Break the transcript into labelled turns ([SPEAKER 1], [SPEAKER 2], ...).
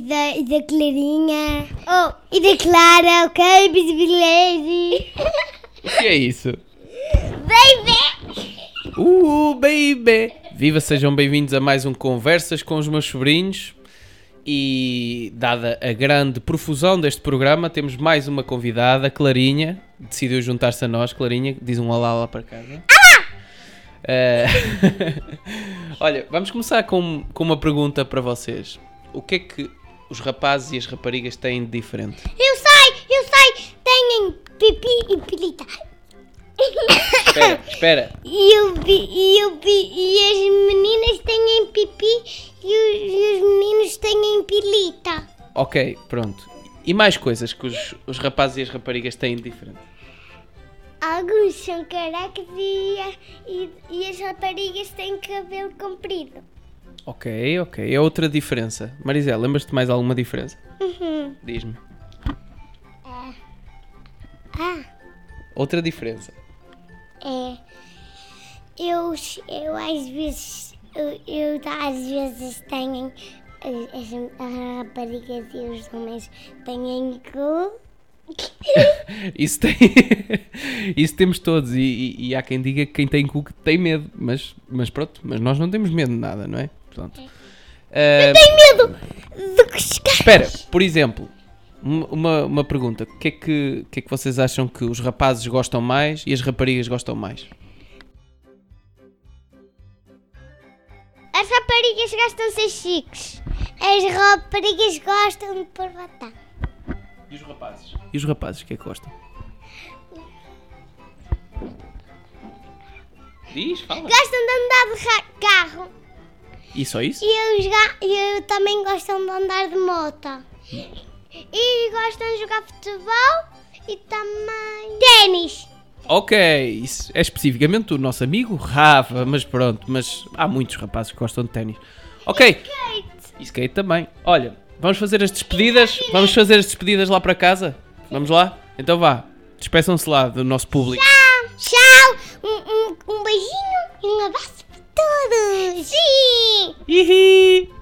[SPEAKER 1] da, e da Clarinha. Oh, e da Clara, ok? Bisbilese.
[SPEAKER 2] O que é isso?
[SPEAKER 1] Baby!
[SPEAKER 2] Uh, baby! Viva, sejam bem-vindos a mais um Conversas com os meus sobrinhos. E dada a grande profusão deste programa, temos mais uma convidada, Clarinha. Decidiu juntar-se a nós, Clarinha. Diz um olá lá para casa. Ah! Eh, Olha, vamos começar com, com uma pergunta para vocês. O que é que os rapazes e as raparigas têm de diferente?
[SPEAKER 1] Eu sei, eu sei. Têm pipi e pirita.
[SPEAKER 2] Espera, espera.
[SPEAKER 1] E, eu vi- e, eu vi- e as meninas têm pipi e os, e os meninos têm pilita.
[SPEAKER 2] Ok, pronto. E mais coisas que os, os rapazes e as raparigas têm de diferente?
[SPEAKER 1] Alguns são carecas e, e, e as raparigas têm cabelo comprido.
[SPEAKER 2] Ok, ok. É outra diferença. Marisela, lembras-te mais alguma diferença? Uhum. Diz-me.
[SPEAKER 1] Ah,
[SPEAKER 2] Outra diferença.
[SPEAKER 1] é. Eu, eu às vezes. Eu, eu às vezes tenho. As, as raparigas e os homens têm cu.
[SPEAKER 2] Isso tem. Isso temos todos. E, e- e há quem diga que quem tem cu que tem medo. Mas, mas pronto, mas nós não temos medo de nada, não é? Pronto. Ah,
[SPEAKER 1] Tenho medo de cuscar.
[SPEAKER 2] espera, por exemplo, um- uma, uma pergunta. O que, é que, o que é que vocês acham que os rapazes gostam mais e as raparigas gostam mais?
[SPEAKER 1] As raparigas gostam de ser chiques. As raparigas gostam de pôr batom.
[SPEAKER 2] E os rapazes? E os rapazes, o que é que gostam? Diz, fala.
[SPEAKER 1] Gostam de andar de ra- carro.
[SPEAKER 2] E só isso?
[SPEAKER 1] E eu, já- e eu também gostam de andar de moto. E gostam de jogar futebol e também ténis.
[SPEAKER 2] Ok, isso é especificamente o nosso amigo Rafa, mas pronto, mas há muitos rapazes que gostam de ténis. Ok, e skate também. Olha, vamos fazer as despedidas, vamos fazer as despedidas lá para casa? Vamos lá? Então vá, despeçam-se lá do nosso público.
[SPEAKER 1] Tchau! Um, um- um beijinho e um abraço para todos! Sim!
[SPEAKER 2] Ihi.